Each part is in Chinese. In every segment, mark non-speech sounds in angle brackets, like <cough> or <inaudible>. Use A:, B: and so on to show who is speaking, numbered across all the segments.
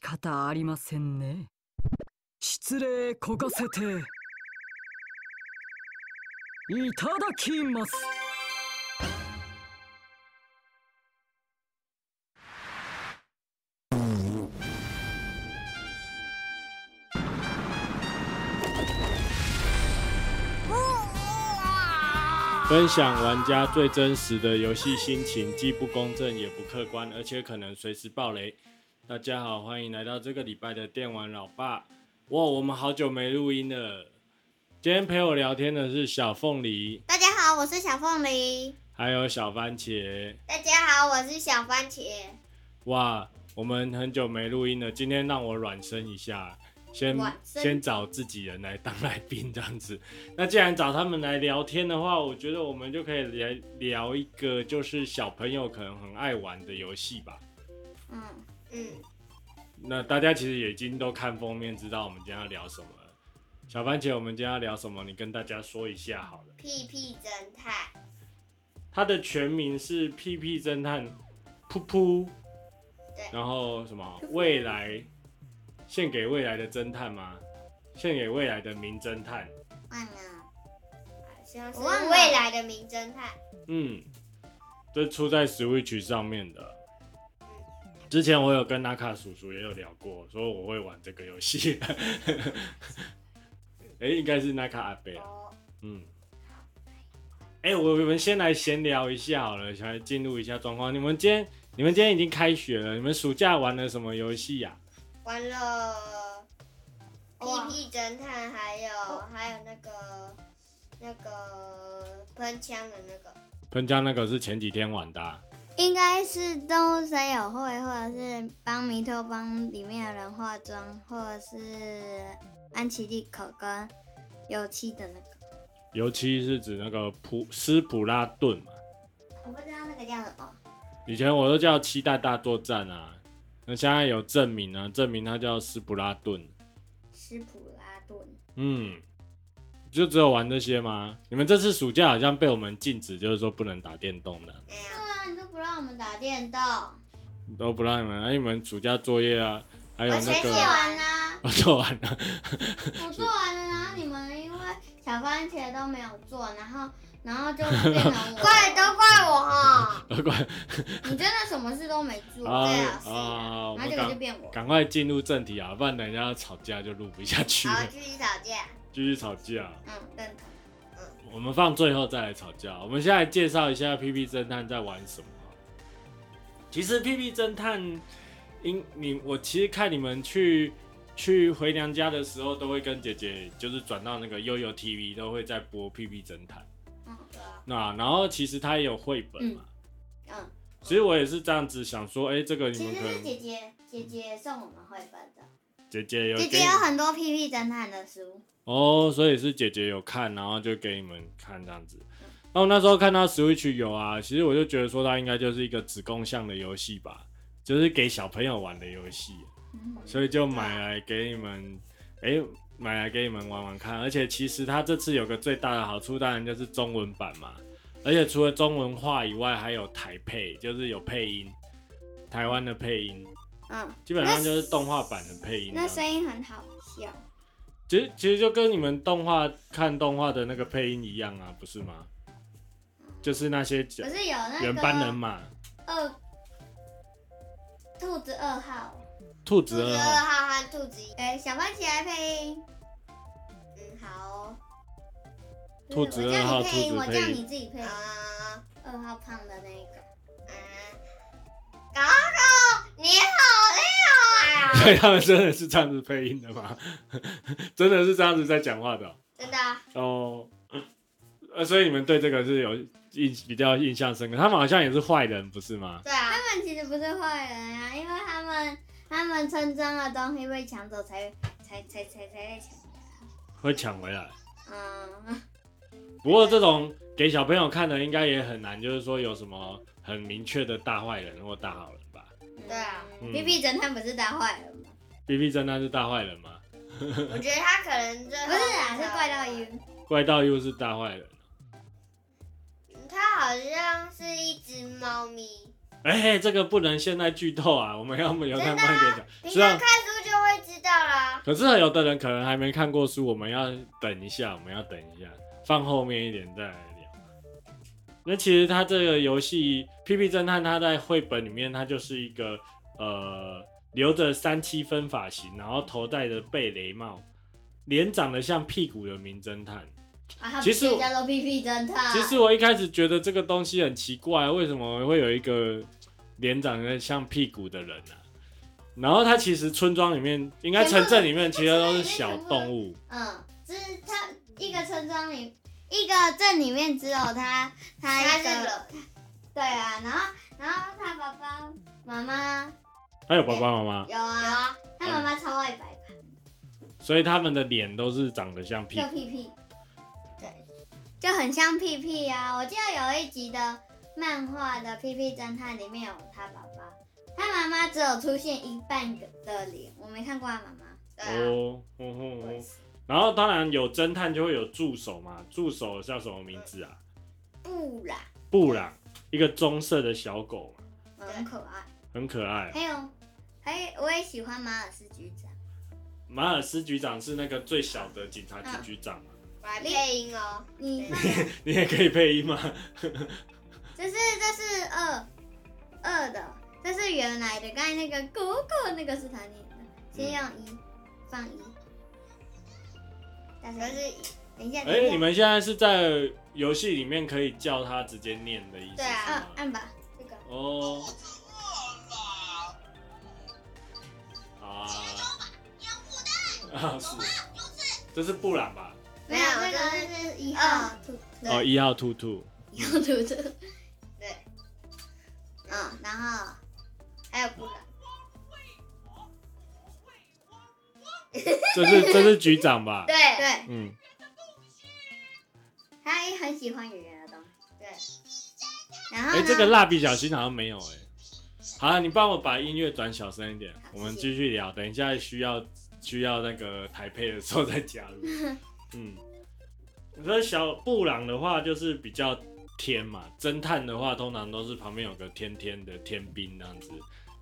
A: 方ありませんね失礼こかせていただきます
B: 分享玩家最真实的游戏心情，既不公正也不客观，而且可能随时爆雷。大家好，欢迎来到这个礼拜的电玩老爸。哇，我们好久没录音了。今天陪我聊天的是小凤梨，
C: 大家好，我是小凤梨。
B: 还有小番茄。
C: 大家好，我是小番茄。
B: 哇，我们很久没录音了，今天让我软身一下，先
C: 暖身
B: 先找自己人来当来宾这样子。那既然找他们来聊天的话，我觉得我们就可以来聊一个就是小朋友可能很爱玩的游戏吧。
C: 嗯嗯，
B: 那大家其实也已经都看封面知道我们今天要聊什么了。小番茄，我们今天要聊什么？你跟大家说一下好了。
C: 屁屁侦探，
B: 它的全名是《屁屁侦探噗噗》，
C: 对
B: 然后什么未来献给未来的侦探吗？献给未来的名侦探。
C: 忘了，
D: 好像是
C: 我忘了未来的名侦探。
B: 嗯，这出在 Switch 上面的。之前我有跟纳卡叔叔也有聊过，说我会玩这个游戏。 <laughs> 哎、应该是纳卡阿贝啊。
C: 哦，
B: 嗯。哎、我我们先来闲聊一下好了，来进入一下状况。你们今天，你们今天已经开学了，你们暑假玩了什么游戏啊呀？
C: 完了，
D: 哇
C: 屁屁侦探，还有、还有那个那个喷枪的那个，
B: 喷枪那个是前几天玩的啊、
C: 应该是动物森友会，或者是帮弥托帮里面的人化妆，或者是安琪丽口跟油漆的那个。
B: 尤其是指那个普斯普拉顿嘛，
C: 我不知道那个叫什么。
B: 以前我都叫七代大作战啊，那现在有证明啊，证明它叫斯普拉顿。
C: 斯普拉顿。
B: 嗯，就只有玩这些吗？你们这次暑假好像被我们禁止，就是说不能打电动的。
C: 对啊，你都不让我们打电动，
B: 都不让你们，哎、你们暑假作业啊，还有
C: 我
B: 那
C: 全
B: 个
C: 做完啦，
B: 我做完了， <laughs>
C: 我做完了，然后你们因为小番茄都没有做，然后然后就变
D: <laughs>
C: 成我，怪都怪我哈，
B: 都快
C: 你真的什么事都没做，
B: 啊
C: 对啊，是啊
B: 啊！我
C: 然后
B: 们
C: 结果就
B: 赶
C: 变我，
B: 赶快进入正题啊，不然等一下吵架就录不下去
C: 好
B: 了，
C: 继续吵架，
B: 继续吵架。啊
C: 嗯，认同。
B: 我们放最后再来吵架。我们现在介绍一下《P P 侦探》在玩什么。其实《P P 侦探》，因你我其实看你们去去回娘家的时候，都会跟姐姐就是转到那个悠悠 T V，都会在播《P P 侦探》。
C: 嗯，对啊，
B: 那然后其实它也有绘本嘛。
C: 嗯，
B: 其实我也是这样子想说，哎、这个你
C: 其
B: 们
C: 实
B: 可
C: 是
B: 能
C: 姐姐姐姐送我们绘本的，
B: 姐姐有给
C: 姐
B: 你
C: 姐有很多屁屁侦探的书，
B: 哦，所以是姐姐有看，然后就给你们看这样子。那我那时候看到 Switch 有啊，其实我就觉得说它应该就是一个子供向的游戏吧，就是给小朋友玩的游戏，
C: 嗯，
B: 所以就买来给你们，哎、买来给你们玩玩看。而且其实它这次有个最大的好处，当然就是中文版嘛。而且除了中文化以外，还有台配，就是有配音，台湾的配音，
C: 嗯，
B: 基本上就是动画版的配音这
C: 那
B: 样子。
C: 声音很好笑。
B: 其实其实就跟你们动画看动画的那个配音一样啊，不是吗？就是那些
C: 可是有那个
B: 原班人马，
C: 二兔子二号，
B: 兔
C: 兔
B: 子
C: 子
B: 二
C: 二
B: 号，
C: 号和兔子一，哎、小番茄来配音。嗯，好哦、
B: 兔子二号，
C: 我
B: 兔
C: 叫你配
B: 子
C: 音，我叫
B: 配
C: 你
B: 音。
C: 自己配音。呃
D: 啊，
C: 二号胖的那一个，嗯
D: 狗狗你好厉害
B: <laughs>
D: 啊！
B: 对他们真的是这样子配音的吗？ <laughs> 真的是这样子在讲话的哦
C: 真的啊、
B: 哦。呃，所以你们对这个是有印比较印象深刻。他们好像也是坏人，不是吗？
D: 对啊
C: 他，们其实不是坏人啊，因为他们他们村庄的东西被抢走才才才才才被抢。
B: 会抢回来。
C: 嗯，
B: 不过这种给小朋友看的，应该也很难，就是说有什么很明确的大坏人或大好人吧。
D: 对啊
B: 嗯
C: ，B B 侦探不是大坏人吗？
B: B B 侦探是大坏人吗？
D: 我觉得他可能这
C: 不是啊，是怪盗 U。
B: 怪盗又是大坏人，
D: 他好像是一只猫咪，
B: 哎、这个不能现在剧透啊， <laughs> 我们要么有待慢一点讲。
D: 平
B: 是
D: 常
B: 啊，
D: 看书就会知道啦。
B: 可是有的人可能还没看过书，我们要等一下，我们要等一下，放后面一点再来聊。那其实它这个游戏《屁屁侦探》，它在绘本里面，它就是一个呃留着三七分发型，然后头戴着贝雷帽，脸长得像屁股的名侦探。
C: 啊，
B: 其实我
C: 叫做屁屁侦探。
D: 啊
B: 其实我一开始觉得这个东西很奇怪，为什么会有一个脸长得像屁股的人啊？然后他其实村庄里面，应该城镇里面，其实都是小动物。
C: 嗯，这是他一个村庄里，一个镇里面只有他，他
D: 他
C: 一
D: 是
C: 个
D: 人，
C: 对啊，然后然后他爸爸妈妈
B: 还有爸爸妈妈，
C: 有啊，
D: 啊，
C: 他妈妈超爱摆盘，
B: 所以他们的脸都是长得嗯像屁
C: 就
B: 股。
C: 屁屁，对，就很像屁屁啊。我记得有一集的漫画的《屁屁侦探》里面有他爸爸，他妈妈只有出现一半个的脸，我没看过他妈妈。
D: 对啊，
B: 哦，哦哦哦然后当然有侦探就会有助手嘛，助手叫什么名字啊？
C: 布朗
B: 布朗，一个棕色的小狗嘛，
C: 很可爱，
B: 很可爱。
C: 还有还有我也喜欢马尔斯局长。
B: 马尔斯局长是那个最小的警察局局长嘛，
D: 我来配音哦。
C: 你
D: <laughs>
B: <laughs> 你也可以配音吗？
C: 这是这是二二的，这是原来的，刚才那个狗狗那个是他念的，先用
B: 嗯
C: 一放一，但
D: 可
C: 是
D: 是
C: 等一下，
B: 哎、
C: 等一下
B: 你们现在是在游戏里面可以叫他直接念的意思
D: 对啊
B: 是
C: 二
B: 吗？
C: 按吧，
D: 这个
B: 哦，啊，啊是，这是布朗吧？
C: 没有
D: 没
C: 这
D: 有
C: 个
D: 这
C: 是一 <laughs> 号兔，
D: 对
B: 哦，一号兔兔，
C: 一号兔兔，
D: 对，
C: 嗯，然后
D: 还有不然，
B: 这是这是局长吧？
D: 对
C: 对，
B: 嗯，
C: 他也很喜欢圆圆的东西，
D: 对，
C: 然后
B: 哎、
C: 呢，
B: 这个蜡笔小新好像没有哎、好了，你帮我把音乐转小声一点，我们继续聊。等一下需要需要那个台配的时候再加入。嗯，你说小布朗的话就是比较天嘛，侦探的话通常都是旁边有个天天的天兵这样子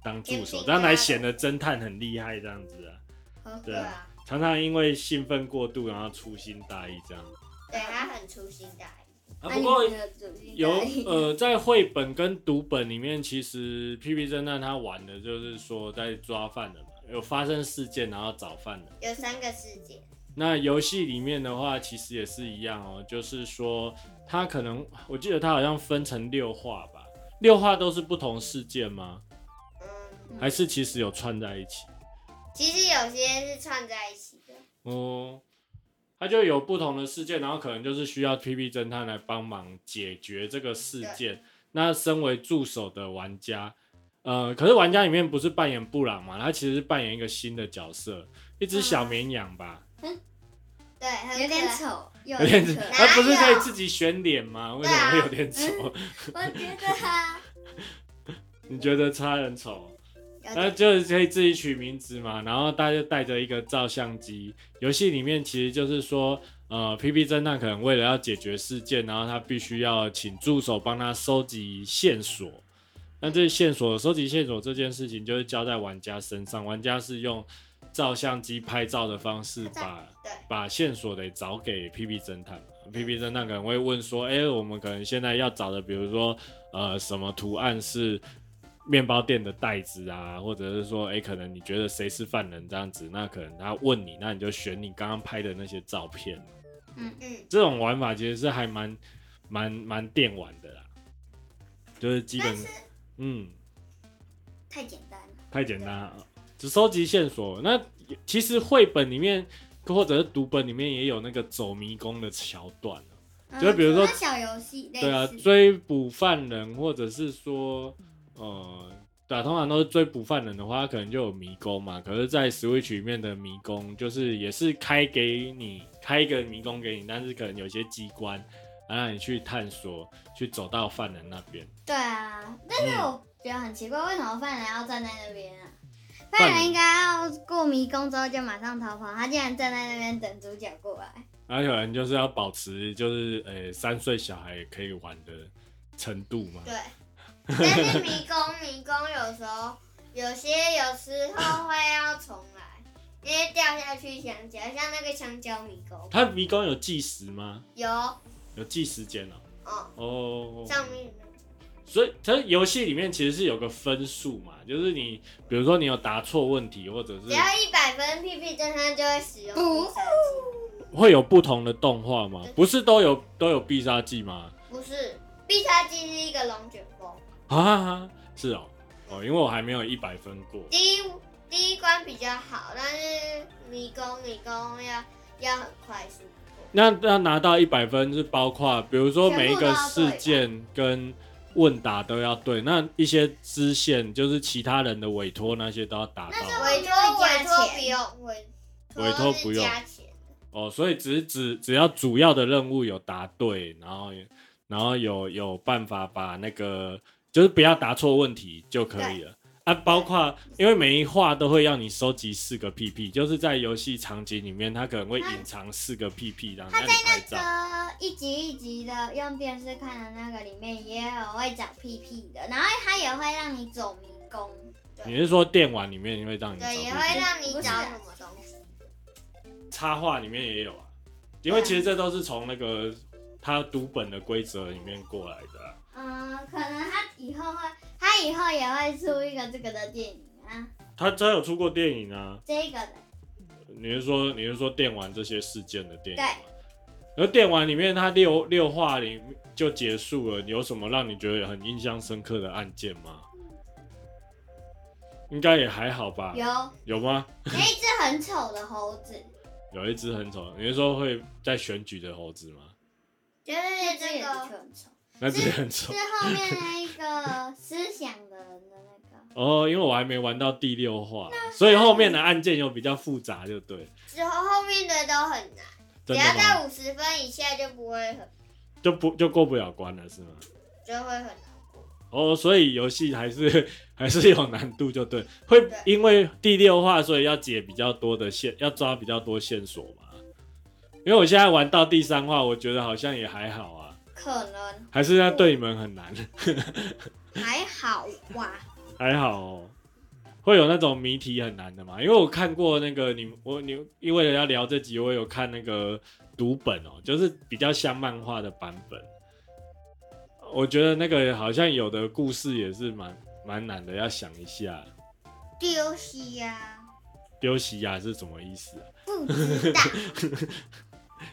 B: 当助手
D: 天兵，啊
B: 这样来显得侦探很厉害这样子啊。
C: 哦
B: 对
D: 对
B: 啊，
D: 啊，
B: 常常因为兴奋过度，然后粗心大意这样。
D: 对他很粗心大意。
B: 啊，
C: 那
B: 不
C: 你
B: 过
C: 们的主题
B: 有
C: 在哪里
B: 呃，在绘本跟读本里面，其实《屁屁侦探》他玩的就是说在抓犯人嘛，有发生事件然后找犯人。
D: 有三个世界，
B: 那游戏里面的话，其实也是一样哦，就是说它可能我记得它好像分成六话吧，六话都是不同事件吗？
D: 嗯，
B: 还是其实有串在一起？
D: 其实有些是串在一起的，
B: 哦，它就有不同的事件，然后可能就是需要 PP 侦探来帮忙解决这个事
C: 嗯
B: 件。那身为助手的玩家，呃，可是玩家里面不是扮演布朗嘛，他其实是扮演一个新的角色，一
C: 啊
B: 只小绵羊吧，
D: 对，很可爱
C: 有点，丑，又
B: 有点，
C: 可爱，啊
B: 他不是可以自己选脸吗？为什么会有点丑？
C: 我觉得啊，
B: 你觉得差很丑？
C: 有
B: 那
C: 点
B: 就是可以自己取名字嘛，然后大家就带着一个照相机。游戏里面其实就是说，呃，P P 侦探可能为了要解决事件，然后他必须要请助手帮他收集线索。那这线索收集线索这件事情，就是交在玩家身上，玩家是用照相机拍照的方式把
D: 对
B: 把线索得找给 P P 侦探。P P 侦探可能会问说，哎、我们可能现在要找的，比如说呃什么图案是面包店的袋子啊，或者是说，哎、可能你觉得谁是犯人这样子，那可能他问你，那你就选你刚刚拍的那些照片。
D: 嗯，
B: 这种玩法其实是还蛮蛮蛮电玩的啦，就是基本嗯
C: 太简单了，
B: 太简单啊了，只收集线索。那其实绘本里面或者是读本里面也有那个走迷宫的桥段。啊
C: 嗯
B: 就比如说
C: 那小游戏类似，
B: 对啊，追捕犯人，或者是说，呃，对啊，通常都是追捕犯人的话，它可能就有迷宫嘛。可是，在 Switch 里面的迷宫，就是也是开给你开一个迷宫给你，但是可能有些机关，啊让你去探索，去走到犯人那边。
C: 对啊，但是
B: 嗯
C: 我觉得很奇怪，为什么犯人要站在那边啊？
B: 犯
C: 犯
B: 人
C: 人应该要过迷宫之后就马上逃跑，他竟然站在那边等主角过来。
B: 然后有人啊就是要保持就是呃三岁小孩也可以玩的程度嘛。
D: 对，但是迷宫迷宫有时候有些有时候会要重来，因为掉下去香蕉，像那个香蕉迷宫
B: 它迷宫有计时吗？
D: 有，
B: 有计时间哦。
D: 哦，
B: 哦，
D: 上面
B: 所以它游戏里面其实是有个分数嘛，就是你比如说你有答错问题，或者
D: 只要
B: 是
D: 一百分，P P 侦探就会使用
C: 不
D: 必杀技，
B: 会有不同的动画吗？不是都有都有必杀技吗？
D: 不是必杀技是一个龙卷风，
B: 啊，是哦，哦，因为我还没有一百分过。
D: 第一第一关比较好，但是迷宫迷宫要要很快速过。
B: 那那拿到一百分是包括，比如说每一个事件跟问答都要对，那一些支线就是其他人的委托那些都要达到
D: 委托委托不用委
B: 委托不用
D: 是加钱，
B: 哦，所以只是只只要主要的任务有答对，然后然后有有办法把那个就是不要答错问题就可以了。啊，包括因为每一话都会让你收集四个 PP，就是在游戏场景里面，它可能会隐藏四个 PP，然后让你拍照。
C: 这呃一集一集的用电视看的那个里面也有会长屁屁的，然后它也会让你走迷宫。
B: 你是说电玩里面会让你找
D: 对，也
B: 地方
D: 会让你找什么东西。
B: 插画里面也有啊，因为其实这都是从那个他读本的规则里面过来的啊、
C: 嗯，可能它以后会，它以后也会出一个这个的电影啊，
B: 他他有出过电影啊，
C: 这个的。
B: 你是说你是说电玩这些事件的电影
C: 对
B: 吗？而电玩里面它六六话里面就结束了，有什么让你觉得很印象深刻的案件吗？应该也还好吧，
C: 有
B: 有吗？
C: 那一只很丑的猴子，
B: 有一只很丑，你是说会在选举的猴子吗？
D: 就是
C: 那只
D: 这
C: 也的确
D: 个
C: 很丑，
B: 那只很丑
C: 是。后面那一个思想的人的那个。
B: 哦，因为我还没玩到第六话，所以后面的案件又比较复杂，就对了，
D: 之后后面的都很难，只
B: 真
D: 要
B: 的吗？
D: 在五十分以下就不会很
B: 就不就过不了关了，是吗？
D: 就会很难过。
B: 哦，所以游戏还是 <laughs> 还是有难度，就对，会
D: 对
B: 因为第六话，所以要解比较多的线，要抓比较多线索嘛。因为我现在玩到第三话，我觉得好像也还好啊，
C: 可能
B: 还是那对你们很难， <laughs>
C: 还好吧。
B: 还好哦。会有那种谜题很难的嘛？因为我看过那个你我你，因为要聊这集，我有看那个读本哦，就是比较像漫画的版本。我觉得那个好像有的故事也是蛮蛮难的，要想一下。
C: 丢西呀、
B: 丢席啊是什么意思啊、
C: 不知道。
B: <laughs>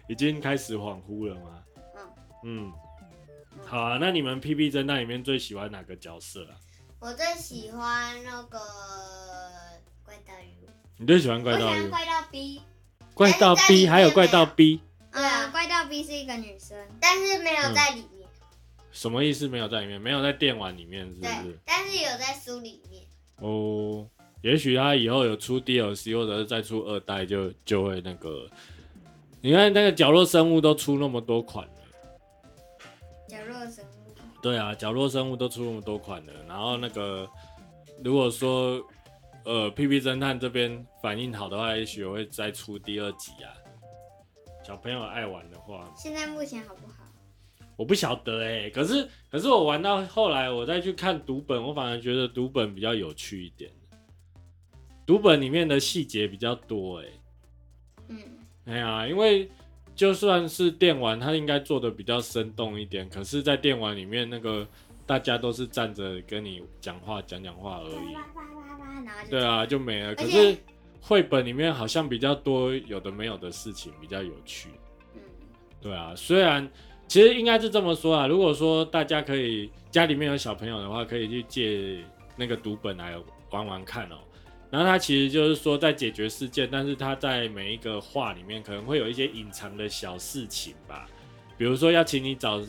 B: 已经开始恍惚了吗？
C: 嗯
B: 嗯，好啊。那你们 P P 侦探里面最喜欢哪个角色啊？
D: 我最喜欢那个怪盗鱼，
B: 你最喜欢
C: 我
B: 怪
C: 喜
B: 盗
C: 欢哎
B: 鱼、
C: 怪盗 B，
B: 怪盗
D: 但是在里
B: B，
D: 面
B: 还有怪盗 B，
D: 对啊
C: 嗯，怪盗 B 是一个女生，
D: 但是没
B: 嗯
D: 有在里面，
B: 什么意思？没有在里面，没有在电玩里面，是不
D: 对
B: 是？，
D: 但是有在书里面。
B: 哦，也许他以后有出 D L C，或者是再出二代就，就会那个。你看那个角落生物都出那么多款了。
C: 角落生物。
B: 对啊，角落生物都出那么多款的，然后那个如果说呃，P P 侦探这边反应好的话，也许我会再出第二集啊。小朋友爱玩的话，
C: 现在目前好不好？
B: 我不晓得哎、可是可是我玩到后来，我再去看读本，我反而觉得读本比较有趣一点，读本里面的细节比较多哎、
C: 嗯，
B: 哎呀，因为就算是电玩，它应该做的比较生动一点。可是，在电玩里面，那个大家都是站着跟你讲话、讲讲话而已
C: 叭。叭叭叭叭，然后就
B: 对啊，就没了。
C: 而
B: 可
C: 且
B: 是绘本里面好像比较多有的没有的事情，比较有趣。
C: 嗯，
B: 对啊，虽然其实应该是这么说啊。如果说大家可以家里面有小朋友的话，可以去借那个读本来玩玩看哦。然后它其实就是说在解决事件，但是它在每一个话里面可能会有一些隐藏的小事情吧，比如说要请你找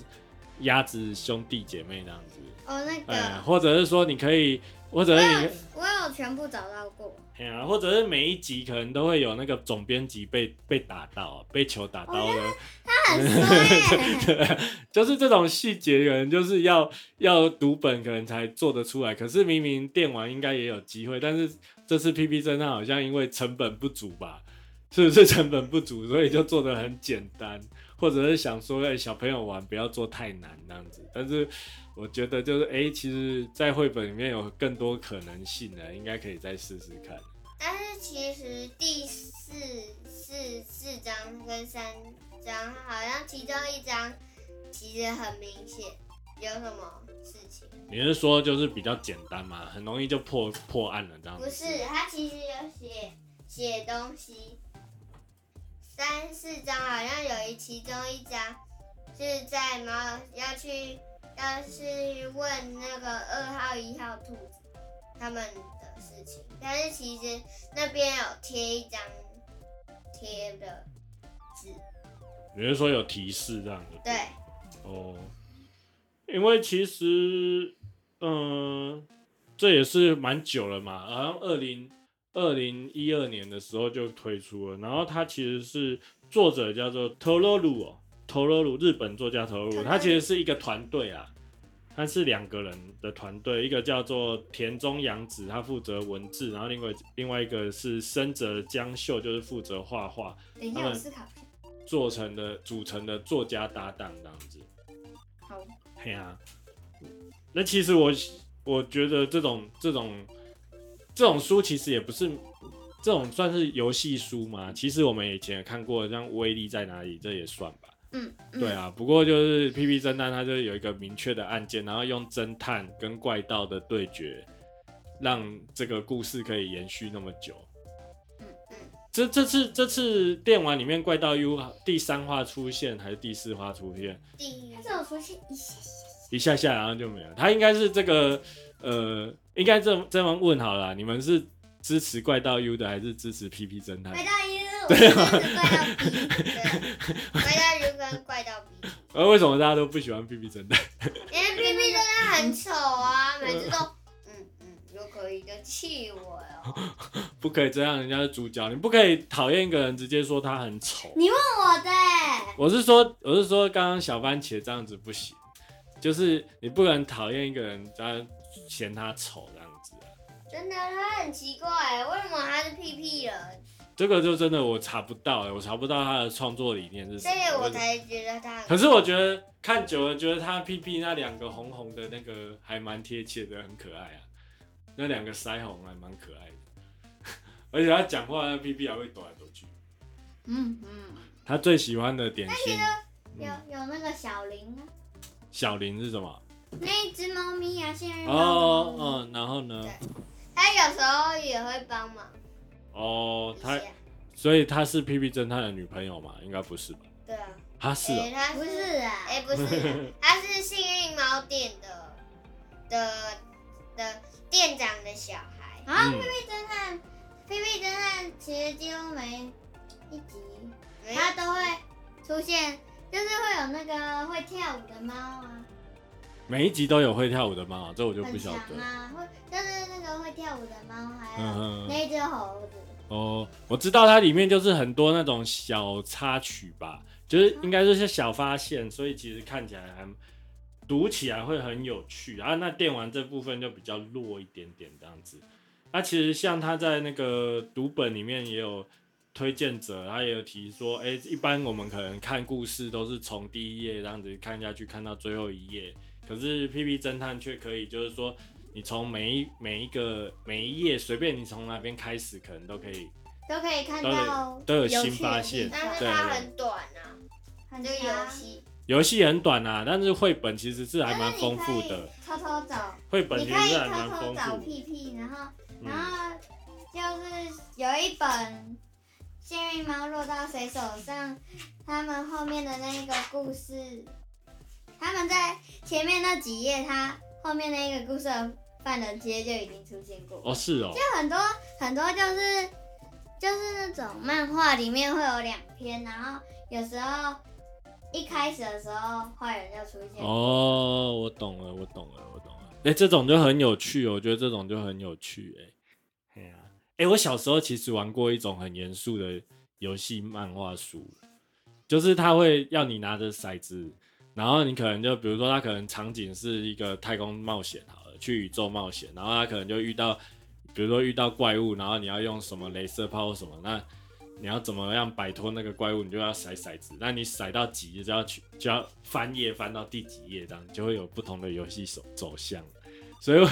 B: 鸭子兄弟姐妹那样子，
C: 哦那个、
B: 哎，或者是说你可以，或者
C: 我
B: 是你
C: 有，我有全部找到过。
B: 哎呀，或者是每一集可能都会有那个总编辑被被打到，被球打到的，
C: 哦他很帅、
B: <laughs> 就是这种细节，可能就是要要读本，可能才做得出来。可是明明电玩应该也有机会，但是这次 PP 侦探好像因为成本不足吧，是不是成本不足，所以就做得很简单，或者是想说，哎、小朋友玩不要做太难那样子。但是我觉得就是，哎、其实，在绘本里面有更多可能性的，应该可以再试试看。
D: 但是其实第四四四章跟三章，好像其中一章其实很明显有什么事情，
B: 你是说就是比较简单嘛，很容易就破破案了这样子？
D: 不是他其实有写写东西。三四章好像有一其中一章是在毛要去要去问那个二号一号兔子他们的事情，但是其实那边有贴一张贴的纸。
B: 你是说有提示这样子？
D: 对，
B: 哦，因为其实，嗯、这也是蛮久了嘛，好像二零二零一二年的时候就推出了。然后它其实是作者叫做 Tororu 哦，Tororu 日本作家 Tororu，他其实是一个团队啊，他是两个人的团队，一个叫做田中洋子，他负责文字，然后另外另外一个是深泽江秀，就是负责画画。
C: 等一
B: 他
C: 下，
B: 们
C: 我思考一下。
B: 做成的组成的作家搭档这样子。
C: 好，
B: 嘿啊，那其实我我觉得这种这种这种书其实也不是这种算是游戏书嘛，其实我们以前也看过，像《威力在哪里》这也算吧。
C: 嗯，嗯
B: 对，啊，不过就是《P P 侦探》，它就有一个明确的案件，然后用侦探跟怪盗的对决，让这个故事可以延续那么久。
C: 嗯
D: 嗯
B: 这这次这次电玩里面怪盗 U 第三话出现还是第四话出现？
D: 第一
C: 他只有出现一下下，
B: 一下下然后就没了。他应该是这个呃，应该这这么问好了啦，你们是支持怪盗 U 的还是支持 P P 侦探
C: 哎
D: 怪？盗 U，对啊，怪盗 B，对，怪盗 U
B: <laughs>
D: 跟怪盗 B，
B: 呃，为什么大家都不喜欢 P P 侦探？
D: 因为 B B 真的
B: 嗯
D: 很丑啊，
B: <laughs>
D: 每次都，嗯嗯，如果一个气我哦，
B: 不可以这样，人家是主角，你不可以讨厌一个人直接说他很丑。
C: 你
D: 我的欸，
B: 我是说，我是说，刚刚小番茄这样子不行，就是你不能讨厌一个人，他嫌他丑这样子啊、
D: 真的他很奇怪，为什么他是屁屁人？
B: 这个就真的我查不到、欸，我查不到他的创作理念是什
D: 所以
B: 么。
D: 我才觉得他
B: 可
D: 很，
B: 是我觉得看久了，觉得他屁屁那两个红红的那个还蛮贴切的，很可爱啊。那两个腮红还蛮可爱的， <laughs> 而且他讲话那屁屁还会躲来躲去。
C: 嗯嗯，
B: 他最喜欢的点心，
C: 有
B: 嗯、
C: 有那个小林啊，
B: 小林是什么？
C: 那一只猫咪啊，现任猫
B: 哦，
C: 咪
B: 嗯，然后呢？
D: 他有时候也会帮忙
B: 哦，
D: 一
B: 他
D: 下，
B: 所以她是屁屁侦探的女朋友嘛？应该不是吧？
D: 对啊，
B: 她是哦、
D: 诶他
C: 不
D: 是。
C: 是啊，
D: 哎、不
B: <laughs>
D: 是，他是幸运猫店的的的店长的小孩。
C: 啊，
B: 嗯
C: 屁屁侦探，屁屁侦探其实几乎每一集
D: 没有
C: 它都会出现，就是会有那个会跳舞的猫啊，
B: 每一集都有会跳舞的猫，这我就不
C: 很
B: 晓
C: 强
B: 得。
C: 啊，会就是那个会跳舞的猫，还
B: 嗯
C: 有
B: 哼
C: 那一只猴子，
B: 哦，我知道它里面就是很多那种小插曲吧，就是应该就是小发现，所以其实看起来还读起来会很有趣啊。那电玩这部分就比较弱一点点这样子。那、其实像他在那个读本里面也有推荐者，他也有提说，哎、一般我们可能看故事都是从第一页这样子看下去，看到最后一页，可是《屁屁侦探》却可以就是说你从每一每一个每一页随便你从哪边开始，可能都可以
C: 都可以看
B: 都有
C: 到嗯
B: 都有
C: 有
B: 新
C: 趣
B: 发
C: 的
B: 现
C: 地方
D: 但是
B: 对
D: 它很短啊，
C: 很
D: 这个
C: 强
D: 游戏
B: 游戏很短啊，但是绘本其实是还蛮丰富的，
C: 偷偷找，
B: 绘本
C: 你
B: 其
C: 啊可以
B: 实还蛮
C: 偷偷
B: 丰
C: 找
B: 富的。
C: 屁屁，然后
B: 嗯，
C: 然后就是有一本《幸运猫落到谁手上》，他们后面的那个故事，他们在前面那几页，他后面那个故事的犯人街就已经出现过，
B: 哦是哦，
C: 就很多很多就是就是那种漫画里面会有两篇，然后有时候一开始的时候坏人就出现，
B: 哦，我懂了，我懂了，我懂了。哎、这种就很有趣，哦我觉得这种就很有趣、哎，哎呀，哎，我小时候其实玩过一种很严肃的游戏漫画书，就是他会要你拿着骰子，然后你可能就比如说他可能场景是一个太空冒险好了，去宇宙冒险，然后他可能就遇到，比如说遇到怪物，然后你要用什么镭射炮或什么，那你要怎么样摆脱那个怪物，你就要甩骰子。那你甩到几页就要去就要翻页翻到第几页，这样就会有不同的游戏走走向。所以我，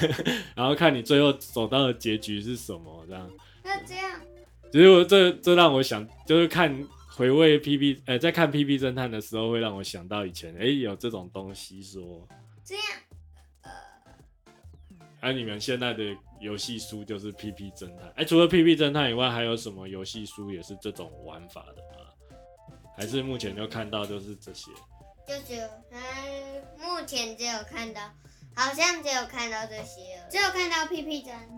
B: <laughs> 然后看你最后走到的结局是什么，这样。
C: 那这样
B: 其实我这这让我想，就是看回味 P P，呃，在看 P P 侦探的时候，会让我想到以前，哎、有这种东西说，
C: 这样
B: 哎、你们现在的游戏书就是 P P 侦探，哎、除了 P P 侦探以外，还有什么游戏书也是这种玩法的吗？还是目前就看到就是这些？
D: 就只有嗯，目前只有看到，好像只有看到这些了
C: 只。有看到屁屁侦探，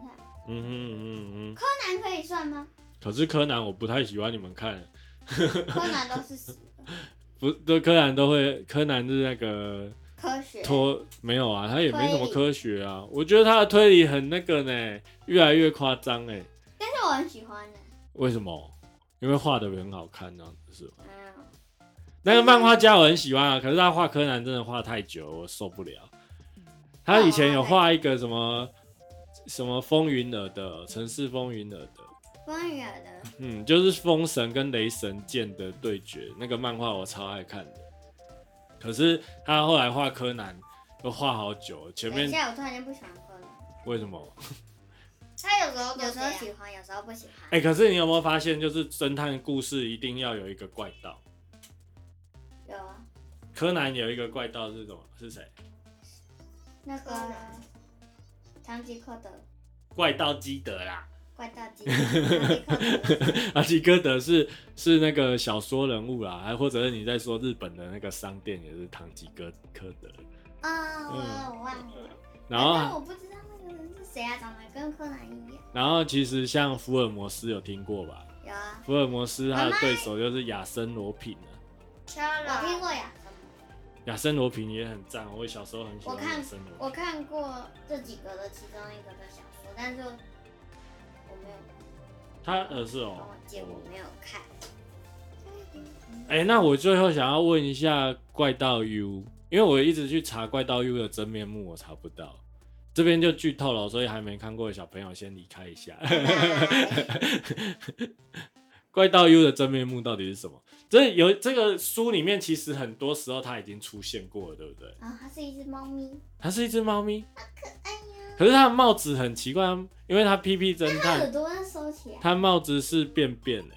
B: 嗯哼嗯哼嗯哼。
C: 柯南可以算吗？
B: 可是柯南我不太喜欢你们看，
C: 柯南都是死的
B: 不，对柯南都会，柯南是那个
C: 科学，
B: 脱没有啊，他也没什么
C: 推理
B: 科学啊。我觉得他的推理很那个呢，越来越夸张哎。
C: 但是我很喜欢的。
B: 为什么？因为画的很好看呢、啊，是吧
C: 嗯，
B: 那个漫画家我很喜欢啊，可是他画柯南真的画太久了，我受不了。他以前有画一个什么什么风云儿的城市风云儿的，
C: 风雨儿的
B: 嗯，就是风神跟雷神剑的对决，那个漫画我超爱看的。可是他后来画柯南都画好久了，前
C: 等一
B: 面
C: 下，我突然间不喜欢柯南，
B: 为什么？
D: 他有时候都
C: 有时
D: 这
C: 候
D: 样
C: 喜欢，有时候不喜欢。
B: 哎、可是你有没有发现，就是侦探故事一定要有一个怪盗？
C: 有啊，
B: 柯南有一个怪盗是什么？是谁？
C: 那
D: 柯
C: 个
D: 南
C: 唐吉诃德
B: 怪盗基德啦。
C: 怪盗基地，唐吉诃德
B: <laughs> 阿基哥德是是那个小说人物啦，还或者是你在说日本的那个商店也是唐吉诃科德，
C: 啊，我我忘了。
B: 然
C: 但
B: 后啊
C: 我不知道哎那个人是谁啊，长得跟柯南一样。
B: 然后其实像福尔摩斯有听过吧？
C: 有啊，
B: 福尔摩斯他的对手就是亚森罗平啊，
C: 我听
D: Chara
C: 过呀，
B: 亚森罗平也很赞，我小时候很喜
C: 我
B: 欢
C: 看
B: 亚森罗
C: 我
B: 平。
C: 看过这几个的其中一个的小说，但是我没有，
B: 他呃是
C: 帮
B: 哦
C: 我，借，我没有看。
B: 哎、那我最后想要问一下怪盗 U，因为我一直去查怪盗 U 的真面目，我查不到，这边就剧透了，所以还没看过的小朋友先离开一下。
D: <laughs>
B: 怪盗 U 的真面目到底是什么？这有这个书里面其实很多时候它已经出现过了，对不对？
C: 啊，它是一只猫咪，
B: 它是一只猫咪，
C: 哎呀，
B: 可是它的帽子很奇怪，因为它 PP 侦
C: 它
B: 探
D: 啊
C: 耳，朵要收起来，
B: 它帽子是便便的、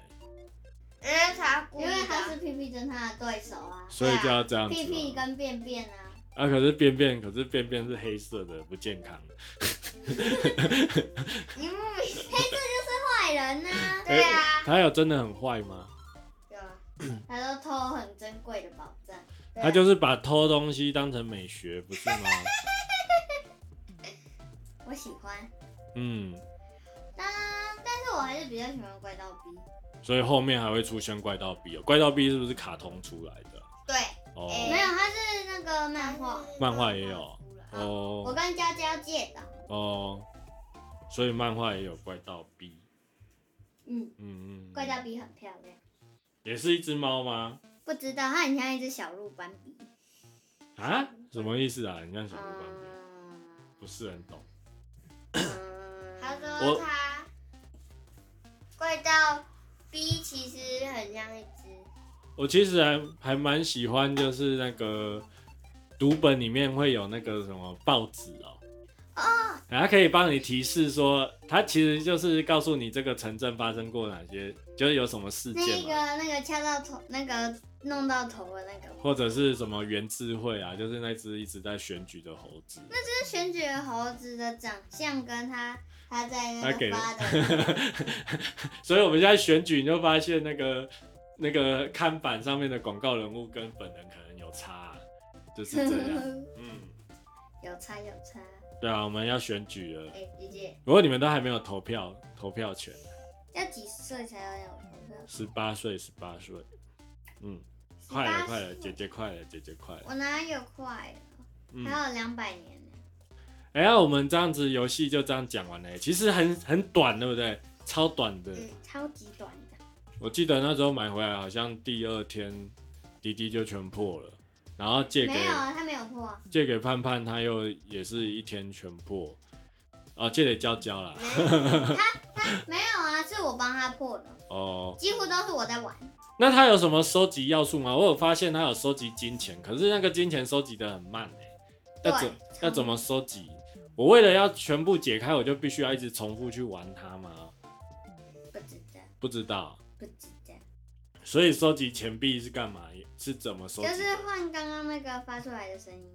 D: 因为他故
C: 因
D: 意
C: 为它是
D: 的，
C: 屁屁侦探的对手啊。
B: 所以就要这样子
C: 屁屁
B: 嘛。
C: 跟便便啊，
B: 啊，可是便便，可是便便是黑色的，不健康。
D: 你莫名其
C: 坏
B: <laughs>
C: 人呐、
D: 对啊
B: 他有真的很坏吗？
D: 妙啊。
C: 他都偷很珍贵的宝藏。
D: 对啊
B: 他就是把偷东西当成美学，不
D: <laughs>
B: 是吗？
C: 我喜欢，
B: 嗯，
C: 但但是我还是比较喜欢怪盗 B。
B: 所以后面还会出现怪盗 B 哦。怪盗 B 是不是卡通出来的？
D: 对，
B: 哦，
D: 哎
C: 没有，它是那个漫画，
B: 漫画也有
D: 哦，
C: 我
B: 哦
C: 跟娇娇借的。
B: 哦，所以漫画也有怪盗 B。
C: 嗯，
B: 嗯嗯，
C: 怪盗 B 很漂亮。
B: 也是一只猫吗？
C: 不知道，它很像一只小鹿斑比。
B: 啊，什么意思啊？你像小鹿斑比，
C: 嗯，
B: 不是很懂。
C: 嗯
D: 他
B: 我
D: 说他怪盗 B 其实很像一只，
B: 我其实还还蛮喜欢，就是那个读本里面会有那个什么报纸哦。
C: 哦
B: 它可以帮你提示说，它其实就是告诉你这个城镇发生过哪些，就是有什么事
C: 那
B: 件嘛，
C: 一个那个敲到头，那个弄到头的那个，
B: 或者是什么原智慧啊，就是那只一直在选举的猴子。
C: 这是选举的猴子的长相跟它它在
B: 他
C: 那
B: 给的
C: 个发的，
B: <laughs> 所以我们现在选举，你就发现那个那个看板上面的广告人物跟本人可能有差啊、就是这
C: <laughs>
B: 样。嗯，
C: 有差有差。
B: 对啊，我们要选举了。
C: 哎、姐姐，
B: 如果你们都还没有投票投票权，
C: 要几岁才要有投票？
B: 十八岁，十八岁，嗯，快了，快了，姐姐快了，姐姐快了。
C: 我哪有快
B: 嗯，
C: 还有两百年呢。
B: 哎、呀，我们这样子游戏就这样讲完了、其实很很短，对不对？超短的。
D: 嗯
C: 超级短的，
B: 我记得那时候买回来，好像第二天滴滴就全破了，然后借给
C: 没有啊，他没有破啊，
B: 借给盼盼，他又也是啊一天全破。哦，借给娇娇啦，
C: 没有啊，是是我帮他破的，
B: <laughs> 哦、
C: 几乎都是我在玩。
B: 那他有什么收集要素吗？我有发现他有收集金钱，可是那个金钱收集的很慢哎、
C: 对
B: 要怎
C: 超
B: 要怎么收集？我为了要全部解开，我就必须要一直重复去玩它吗？
C: 不知道，
B: 不知道，
C: 不知道，
B: 所以收集钱币是干嘛？是怎么收集的？
C: 就是换刚刚那个发出来的声音，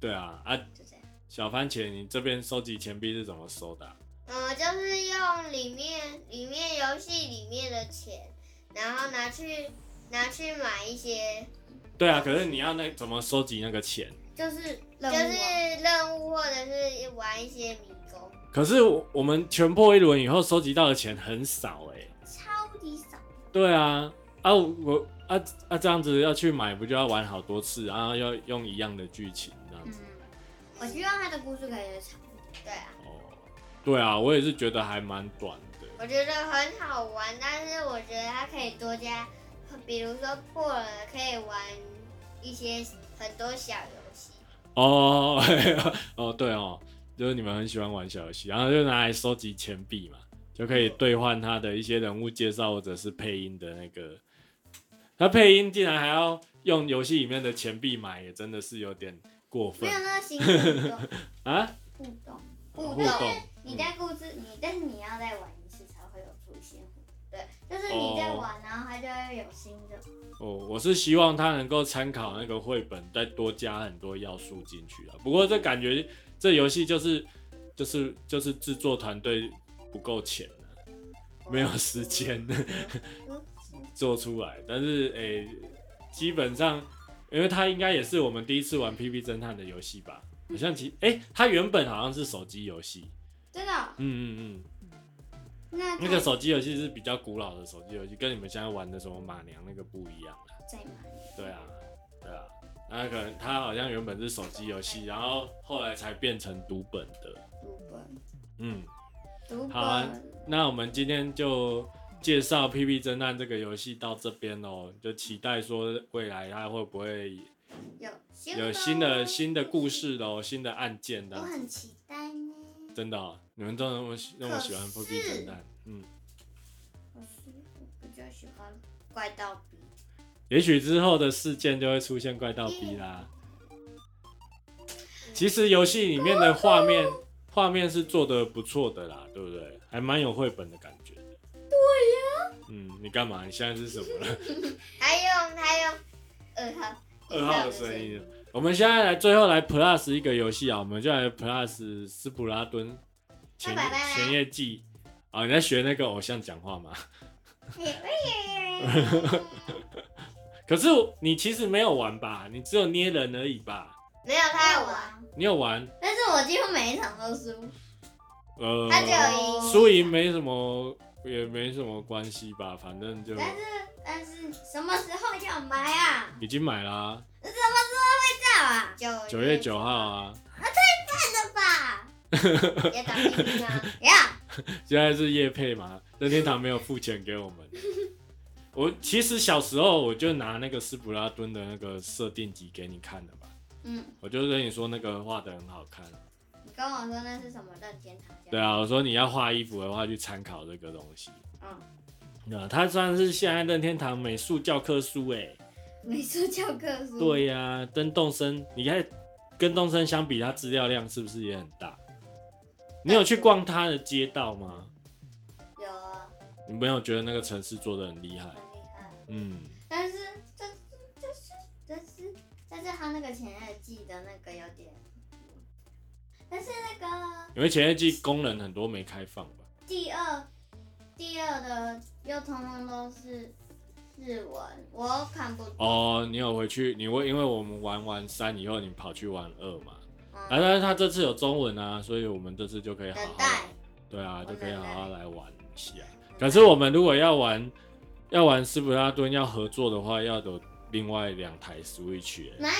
B: 对啊啊，
C: 就这样。
B: 小番茄，你这边收集钱币是怎么收的啊、
C: 呃
D: 嗯，就是用里面里面游戏里面的钱，然后拿去拿去买一些，
B: 对啊，可是你要那怎么收集那个钱？
D: 就是
C: 任务
D: 就
C: 啊
D: 是任务或者是玩一些迷宫。
B: 可是我我们全破一轮以后收集到的钱很少哎、
C: 超级少，
B: 对啊，啊我啊啊这样子要去买，不就要玩好多次，然后要用一样的剧情这样
C: 嗯
B: 子？，
C: 我希望他的故事可以长。
D: 对啊，
B: 哦，对啊，我也是觉得还蛮短的。
D: 我觉得很好玩，但是我觉得它可以多加，比如说破了可以玩一些很多小游戏。
B: 哦 <laughs> 哦对哦，就是你们很喜欢玩小游戏，然后就拿来收集钱币嘛，就可以兑换他的一些人物介绍或者是配音的那个。他配音竟然还要用游戏里面的钱币买，也真的是有点过分
C: 没有那个心互动，
B: 啊！
C: 互动，
B: 互
C: 互
B: 动
C: 动。
B: 嗯
C: 你在故事，你但是你要再玩一次才会有出现互动。对，就是你在玩，然后他就会有新的。
B: 哦，我是希望它能够参考那个绘本，再多加很多要素进去啊。不过这感觉这游戏就是就是就是制作团队不够钱啊没有时间做出来。但是诶、基本上，因为它应该也是我们第一次玩《P P 侦探》的游戏吧？好像其诶、它原本好像是手机游戏，
C: 真的哦，
B: 嗯嗯嗯，
C: 那
B: 那个手机游戏是比较古老的手机游戏，跟你们现在玩的什么马娘那个不一样啊。
C: 在吗？
B: 对啊，对啊，那可能它好像原本是手机游戏，然后后来才变成读本的。
C: 读本，
B: 嗯，
C: 读
B: 好啊
C: 本。
B: 那我们今天就介绍《P P 侦探》这个游戏到这边哦，就期待说未来它会不会
C: 有新
B: 有新的新的故，事喽，新的案件
C: 我
B: 的。
C: 很期待呢。
B: 真的哦、你们都那么喜那么喜欢《P
C: 可
B: P
C: 是
B: 侦探》？嗯，
C: 可是我比较喜欢怪盗 B，
B: 也许之后的事件就会出现怪盗 B 啦。
D: 嗯
B: 其实游戏里面的画面画面是做的不错的啦，对不对？还蛮有绘本的感觉。对呀、嗯，你干嘛？你现在是什么
D: <laughs>
B: 了？
D: 还用还用二号
B: 二号的声音。我们现在来最后来 plus 一个游戏啊，我们就来 plus 斯普拉敦前
D: 拜拜拜
B: 前夜记啊，你在学那个偶像讲话吗？可是你其实没有玩吧？你只有捏人而已吧？
D: 没有他有玩，，
B: 你有玩？
C: 但是我几乎每一场都输。
B: 呃，
D: 他只有
C: 哦
D: 赢。
B: 输赢没什么，也没什么关系吧，反正就
C: 但是但是什么时候要买啊？
B: 已经买啦、
C: 到啊，
D: 九
B: 九月九号啊，
C: 真的吧？
D: 也打屁屁吗？
C: 呀，
B: 现在是夜配嘛，任天堂没有付钱给我
C: <laughs>
B: 们。我其实小时候我就拿那个斯普拉敦的那个设定集给你看的嘛，
C: 嗯，
B: 我就跟你说那个画的很好看。
C: 你跟我说那是什么任天堂家？
B: 对啊，我说你要画衣服的话，去参考这个东西。
C: 嗯，
B: 那它算是现在任天堂美术教科书哎、
C: 美术教科书。，
B: 对呀、跟动森，你看跟动森相比，它资料量是不是也很大？你有去逛它的街道吗？
C: 有啊，
B: 你没有觉得那个城市做的很厉害
C: 很？厉害。
B: 嗯，
C: 但是这是这是这是但是他那个前日记的那个有点，但是那个
B: 因为前一季工人很多没开放吧？
C: 第二第二的又通通都是日文，我看不懂。
B: 哦，你有回去？你会因为我们玩完三以后，你跑去玩二嘛？啊，
C: 嗯，
B: 但是他这次有中文啊，所以我们这次就可以好好
C: 等待
B: 来，对啊，
C: 我
B: 就可以
C: 等
B: 好
C: 待
B: 好来玩一下。可
C: 嗯
B: 是我们如果要玩要玩斯普拉顿要合作的话，要有另外两台 Switch 欸、
C: 来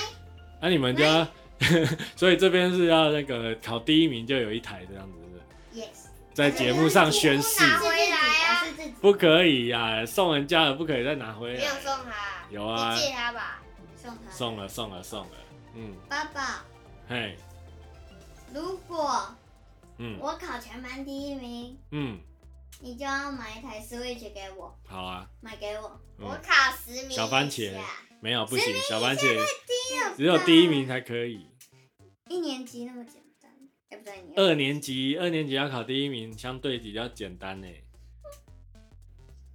B: 那、你
D: 哎
B: 们家， <laughs> 所以这边是要那个考第一名就有一台这样子，
C: ，yes，
B: 在节目上宣誓，
D: 拿回来啊
C: 是自己
B: 不可以呀、送人家的不可以再拿回
D: 没
B: 来
D: 有。送他，
B: 有啊
D: 你借他吧。
C: 送他。
B: 送了，送了，送了。嗯，
C: 爸爸，
B: 嘿，
C: 如果
B: 嗯
C: 我考全班第一名，
B: 嗯，
C: 你就要买一台 Switch 给我，
B: 好啊，
C: 买给我。
D: 我
B: 嗯，
D: 考十名以下。
B: 小番茄
D: 啊
B: 没有不行，小番茄
C: 第
B: 只有第一名才可以。
C: 一年级那么简单，哎、不对，你
B: 二年级，二年级要考第一名，相对比较简单呢。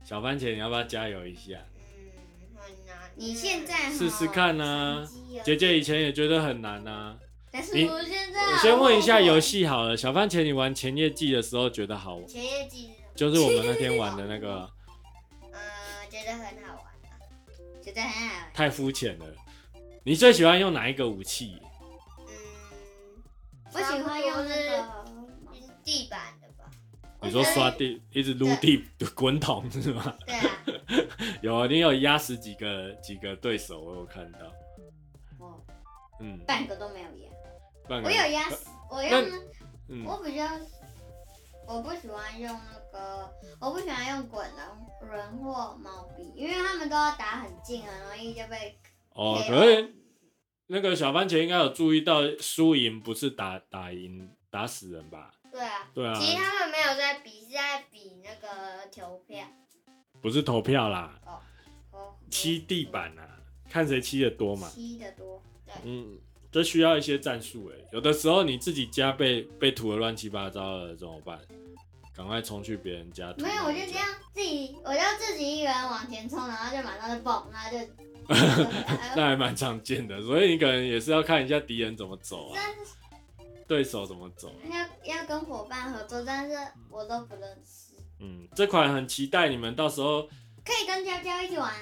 B: 小番茄，你要不要加油一下？
D: 嗯，很难。
C: 你现在
B: 试试看
C: 呢
B: 啊。
C: 成绩有
B: 姐姐以前也觉得很难啊。
C: 但是
B: 你
C: 我现在啊
B: 我先问一下
C: 好后悔
B: 游，戏好了，小番茄，你玩前夜祭的时候觉得好，
D: 前夜记是什么
B: 就是我们那天玩的那个
D: 呃，觉得很好玩啊。
C: 觉得很好。
B: 太肤浅了。你最喜欢用哪一个武器？
D: 嗯，
C: 我喜欢用那个，
D: 是地板的吧？
B: 你说刷地，一直撸地滚筒是吗？ <laughs>
D: 对啊，
B: 嗯有啊，你有压死几个几个对手，我有看到。
C: 我
B: 嗯，
C: 半个都没有
B: <laughs>
C: 压，
B: 半个
C: 我有压死，
B: <laughs>
C: 我
B: 那
C: 用
B: 嗯，
C: 我比较，我不喜欢用那个，我不喜欢用滚轮轮或毛笔，因为他们都要打很近，很容易就被。
B: 哦，
C: 没有
B: 可是那个小番茄应该有注意到，输赢不是打打赢打死人吧？
D: 对啊。
B: 对啊，
D: 其实他们没有在比，是在比那个投票。
B: 不是投票啦，
C: 哦，
B: 漆地板啊，看谁漆的多嘛。
C: 七的多，
B: 嗯，这需要一些战术诶、有的时候你自己家被被涂的乱七八糟了怎么办？赶快冲去别人家涂。
C: 没有，我就这样自己，我就自己一个人往前冲，然后就马上就蹦，然后就。呃
B: 那还蛮常见的，所以你可能也是要看一下敌人怎么走啊，
C: 真
B: 对手怎么走啊。
C: 要要跟伙伴合作，但是我都不认识。
B: 嗯，这款很期待你们到时候
C: 可以跟娇娇一起玩，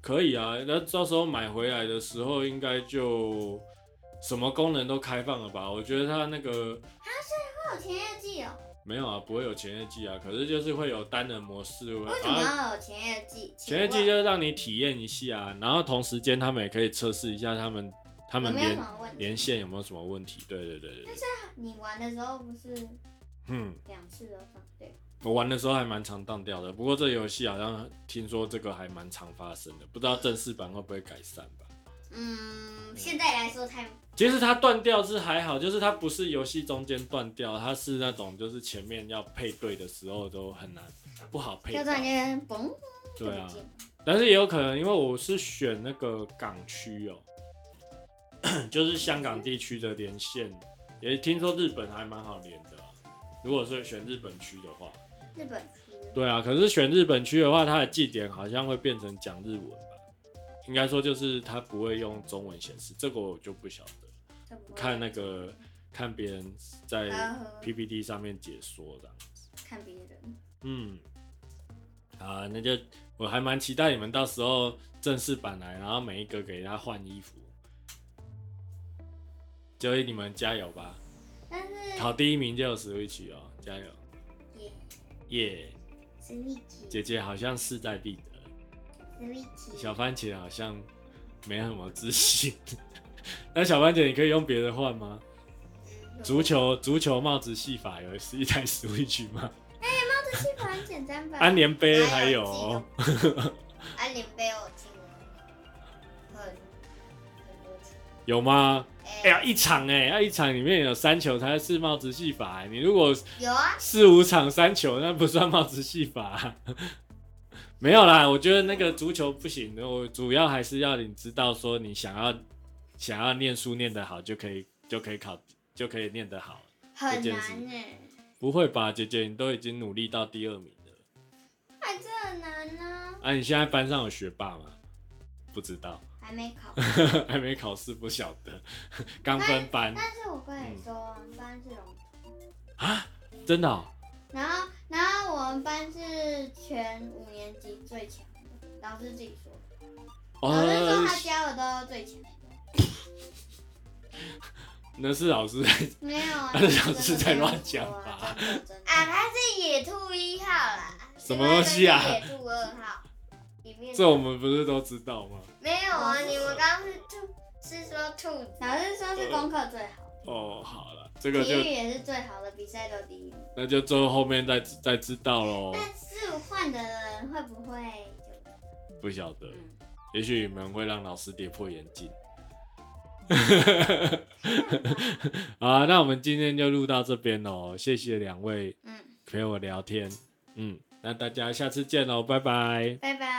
B: 可以啊，那到时候买回来的时候应该就什么功能都开放了吧？我觉得它那个
C: 会有前夜祭哦。
B: 没有啊，不会有前夜季啊，可是就是会有单人模式。啊
C: 为什么要有前夜祭？
B: 前夜季就是让你体验一下啊，然后同时间他们也可以测试一下他们他
C: 有
B: 们
C: 没有
B: 连
C: 什么问题？
B: 连线有没有什么问题。对对对对对，
C: 你玩的时候不是
B: 嗯，
C: 两次都放对？
B: 我玩的时候还蛮常当掉的，不过这游戏好像听说这个还蛮常发生的，不知道正式版会不会改善吧。
C: 嗯，现在来说太
B: 其实它断掉是还好，就是它不是游戏中间断掉，它是那种就是前面要配对的时候都很难不好配
C: 就
B: 到
C: 突。然间嘣就
B: 对
C: 不
B: 啊，
C: 见了。
B: 但是也有可能因为我是选那个港区哦、 <clears throat> 就是香港地区的连线，也听说日本还蛮好连的啊、如果是选日本区的话，
C: 日本出
B: 对啊，可是选日本区的话，它的祭典好像会变成讲日文吧？应该说就是它不会用中文显示，这个我就不晓得。
C: 就不会
B: 看那个看别人在
C: 还要和
B: PPT 上面解说的。
C: 看别人，
B: 嗯，啊，那就我还蛮期待你们到时候正式版来，然后每一个给他换衣服。所以你们加油吧，
C: 但是
B: 考第一名就有 Switch 哦，加油！
C: 也
B: 耶、
C: s w i t
B: 姐姐好像势在必得，小番茄好像没什么自信。 <laughs> 那小番茄，你可以用别的换吗？
D: 嗯
B: 足球足球帽子戏法有是一台 Switch 吗？
C: 这款很简单吧？
B: 嗯安联杯还有哦，
D: 安林被我进了很很多次。
B: 有吗？
D: 哎
B: 哎呀，一场哎、那一场里面有三球才是帽子戏法、哎你如果
D: 有啊，
B: 四五场三球，那不算帽子戏法啊、 <laughs> 没有啦，我觉得那个足球不行，我主要还是要你知道说你想要想要念书念得好就可以就可以考就可以念得好，
C: 很
B: 这件
C: 难
B: 事
C: 呢、
B: 不会吧，姐姐你都已经努力到第二名了。
C: 还真很难呢、
B: 啊，你现在班上有学霸吗？不知道， <laughs>
C: 还没考。
B: 还没考试，不晓得。 <laughs> 刚分班
C: 但是我跟你说，我们班是龙，
B: 啊，真的、哦？
C: 然后然后我们班是全五年级最强的，老师自己说的，老师说
B: 哦，
C: 他教的都是最强的，
B: 那是老师在，
C: 没有啊
B: 老师在乱讲吧
C: 真的？真的
D: 啊，他是野兔一号啦，
B: 什么东西啊
D: 另外一个是野兔二号，里面
B: 这我们不是都知道吗？
D: 没有啊，你们刚刚是兔，是说兔子，
C: 老师说是功课最好，
B: 哦，好了，这个
C: 体育
B: 就
C: 也是最好的，比赛都第一名。
B: 那就最后面再再知道喽，
C: 但是换的人会不会就
B: 不晓得，
C: 嗯
B: 也许你们会让老师跌破眼镜。 <laughs> 好啊，那我们今天就录到这边喽，谢谢两位
C: 嗯
B: 陪我聊天，嗯，那大家下次见喽，拜拜。
D: 拜拜。